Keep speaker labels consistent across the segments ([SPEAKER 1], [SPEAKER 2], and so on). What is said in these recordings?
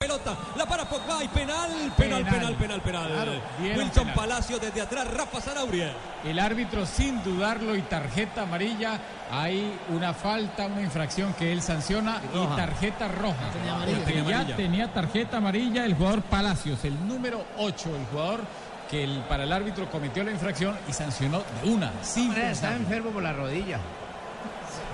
[SPEAKER 1] Pelota, la para Pogba y penal, penal, penal, penal, penal.
[SPEAKER 2] Claro, dieron
[SPEAKER 1] Wilson
[SPEAKER 2] penal.
[SPEAKER 1] Palacio desde atrás, Rafa Zanauria.
[SPEAKER 2] El árbitro sin dudarlo y tarjeta amarilla. Hay una falta, una infracción que él sanciona y, tarjeta roja. Porque
[SPEAKER 1] Tenía
[SPEAKER 2] ya
[SPEAKER 1] amarilla.
[SPEAKER 2] tenía tarjeta amarilla el jugador Palacios, el número 8, el jugador que el- para el árbitro cometió la infracción y sancionó de una, sin
[SPEAKER 3] Está
[SPEAKER 2] pensar.
[SPEAKER 3] enfermo por la rodilla.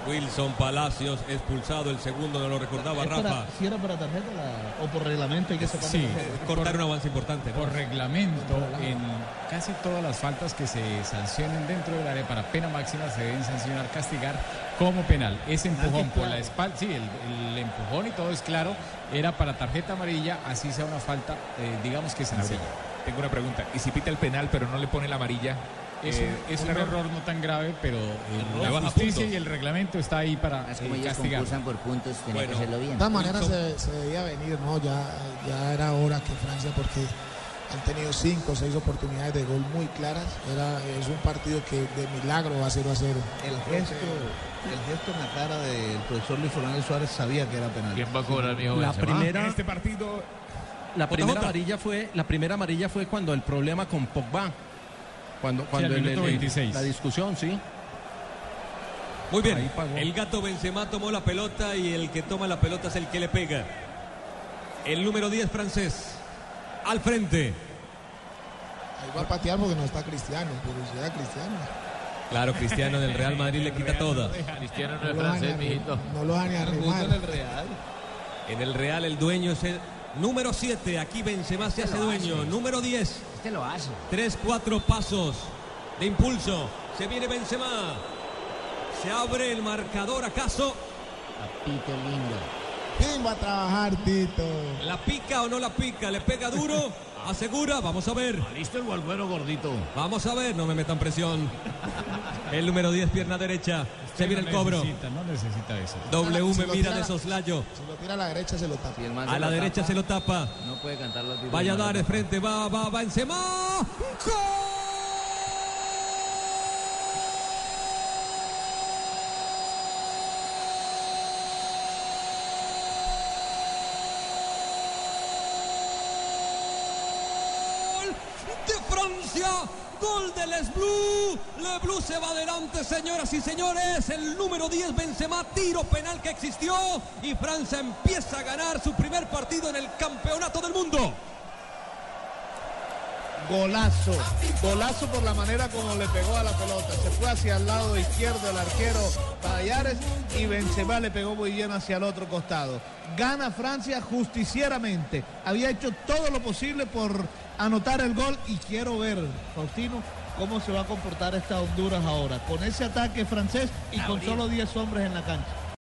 [SPEAKER 1] Wilson Palacios expulsado, el segundo no lo recordaba
[SPEAKER 4] Es para-
[SPEAKER 1] Rafa.
[SPEAKER 4] si era para tarjeta la- o por reglamento hay que sacar.
[SPEAKER 2] Sí,
[SPEAKER 1] Cortar un avance importante. ¿no?
[SPEAKER 2] por reglamento, en casi todas las faltas que se sancionen dentro del área para pena máxima se deben sancionar, castigar como penal. Ese empujón por la espalda, sí, el, el empujón y todo es claro, era para tarjeta amarilla, así sea una falta, eh, digamos que sencilla.
[SPEAKER 5] Tengo una pregunta. ¿Y si pita el penal pero no le pone la amarilla?
[SPEAKER 2] Es, un-
[SPEAKER 5] Eh,
[SPEAKER 2] es un error. no tan grave, pero eh,
[SPEAKER 1] Le
[SPEAKER 2] la
[SPEAKER 1] baja
[SPEAKER 2] justicia
[SPEAKER 1] puntos.
[SPEAKER 2] y el reglamento está ahí para
[SPEAKER 6] Además,
[SPEAKER 2] eh,
[SPEAKER 6] como ellos
[SPEAKER 2] castigar.
[SPEAKER 6] concursan por puntos, tienen
[SPEAKER 1] Bueno.
[SPEAKER 6] que hacerlo
[SPEAKER 4] De
[SPEAKER 6] bien.
[SPEAKER 4] todas maneras se, se debía venir, ¿no? Ya, ya era hora que Francia, porque han tenido cinco o seis oportunidades de gol muy claras. Era, es un partido que de milagro va 0 a 0.
[SPEAKER 7] El gesto, el gesto en la cara del profesor Luis Fernando Suárez sabía que era penal.
[SPEAKER 5] va a cobrar mi
[SPEAKER 8] La primera,
[SPEAKER 5] Este partido
[SPEAKER 8] la primera
[SPEAKER 1] JJ.
[SPEAKER 8] amarilla fue, la primera amarilla fue cuando el problema con Pogba. Cuando, cuando
[SPEAKER 2] al
[SPEAKER 8] el-
[SPEAKER 2] minuto
[SPEAKER 8] el- el-
[SPEAKER 2] 26.
[SPEAKER 8] la discusión, sí.
[SPEAKER 1] Muy bien,
[SPEAKER 8] Ahí pagó.
[SPEAKER 1] el gato Benzema tomó la pelota y el que toma la pelota es el que le pega. El número 10 francés, al frente.
[SPEAKER 4] Ahí va a patear porque no está Cristiano, pero si era Cristiano.
[SPEAKER 1] Claro, Cristiano del Real Madrid le quita toda.
[SPEAKER 5] Cristiano
[SPEAKER 4] No lo van a- no lo van a arrimar.
[SPEAKER 1] En el Real el dueño es el número 7. Aquí Benzema se hace dueño. Número 10.
[SPEAKER 6] Este lo hace.
[SPEAKER 1] Tres, cuatro pasos de impulso. Se viene Benzema. Se abre el marcador acaso.
[SPEAKER 6] Papito lindo.
[SPEAKER 4] ¿Quién va a trabajar, Tito?
[SPEAKER 1] ¿La pica o no la pica? ¿Le pega duro? Asegura. Vamos a ver.
[SPEAKER 7] Listo el volvero gordito.
[SPEAKER 1] Vamos a ver. No me metan presión. El número 10, pierna derecha. Se viene el cobro.
[SPEAKER 2] Necesita, no necesita eso.
[SPEAKER 1] W me
[SPEAKER 4] Se lo
[SPEAKER 1] mira
[SPEAKER 4] tira.
[SPEAKER 1] de soslayo.
[SPEAKER 4] Si lo tira a la derecha se lo tapa.
[SPEAKER 6] Si el man
[SPEAKER 1] A la derecha
[SPEAKER 6] tapa,
[SPEAKER 1] se lo tapa.
[SPEAKER 6] No puede cantar los tiros.
[SPEAKER 1] Vaya a
[SPEAKER 6] no
[SPEAKER 1] dar
[SPEAKER 6] lo
[SPEAKER 1] de
[SPEAKER 6] tapa.
[SPEAKER 1] frente, va, va, va Benzema. ¡Gol! de Francia, gol de Les Blue. Les Blue se va adelante, señoras y señores. El número 10 Benzema, tiro penal que existió y Francia empieza a ganar su primer partido en el Campeonato del Mundo.
[SPEAKER 7] Golazo, golazo por la manera como le pegó a la pelota. Se fue hacia el lado izquierdo el arquero Payares y Benzema le pegó muy bien hacia el otro costado. Gana Francia justicieramente. Había hecho todo lo posible por anotar el gol y quiero ver, Faustino, cómo se va a comportar esta Honduras ahora. Con ese ataque francés y con solo 10 hombres en la cancha.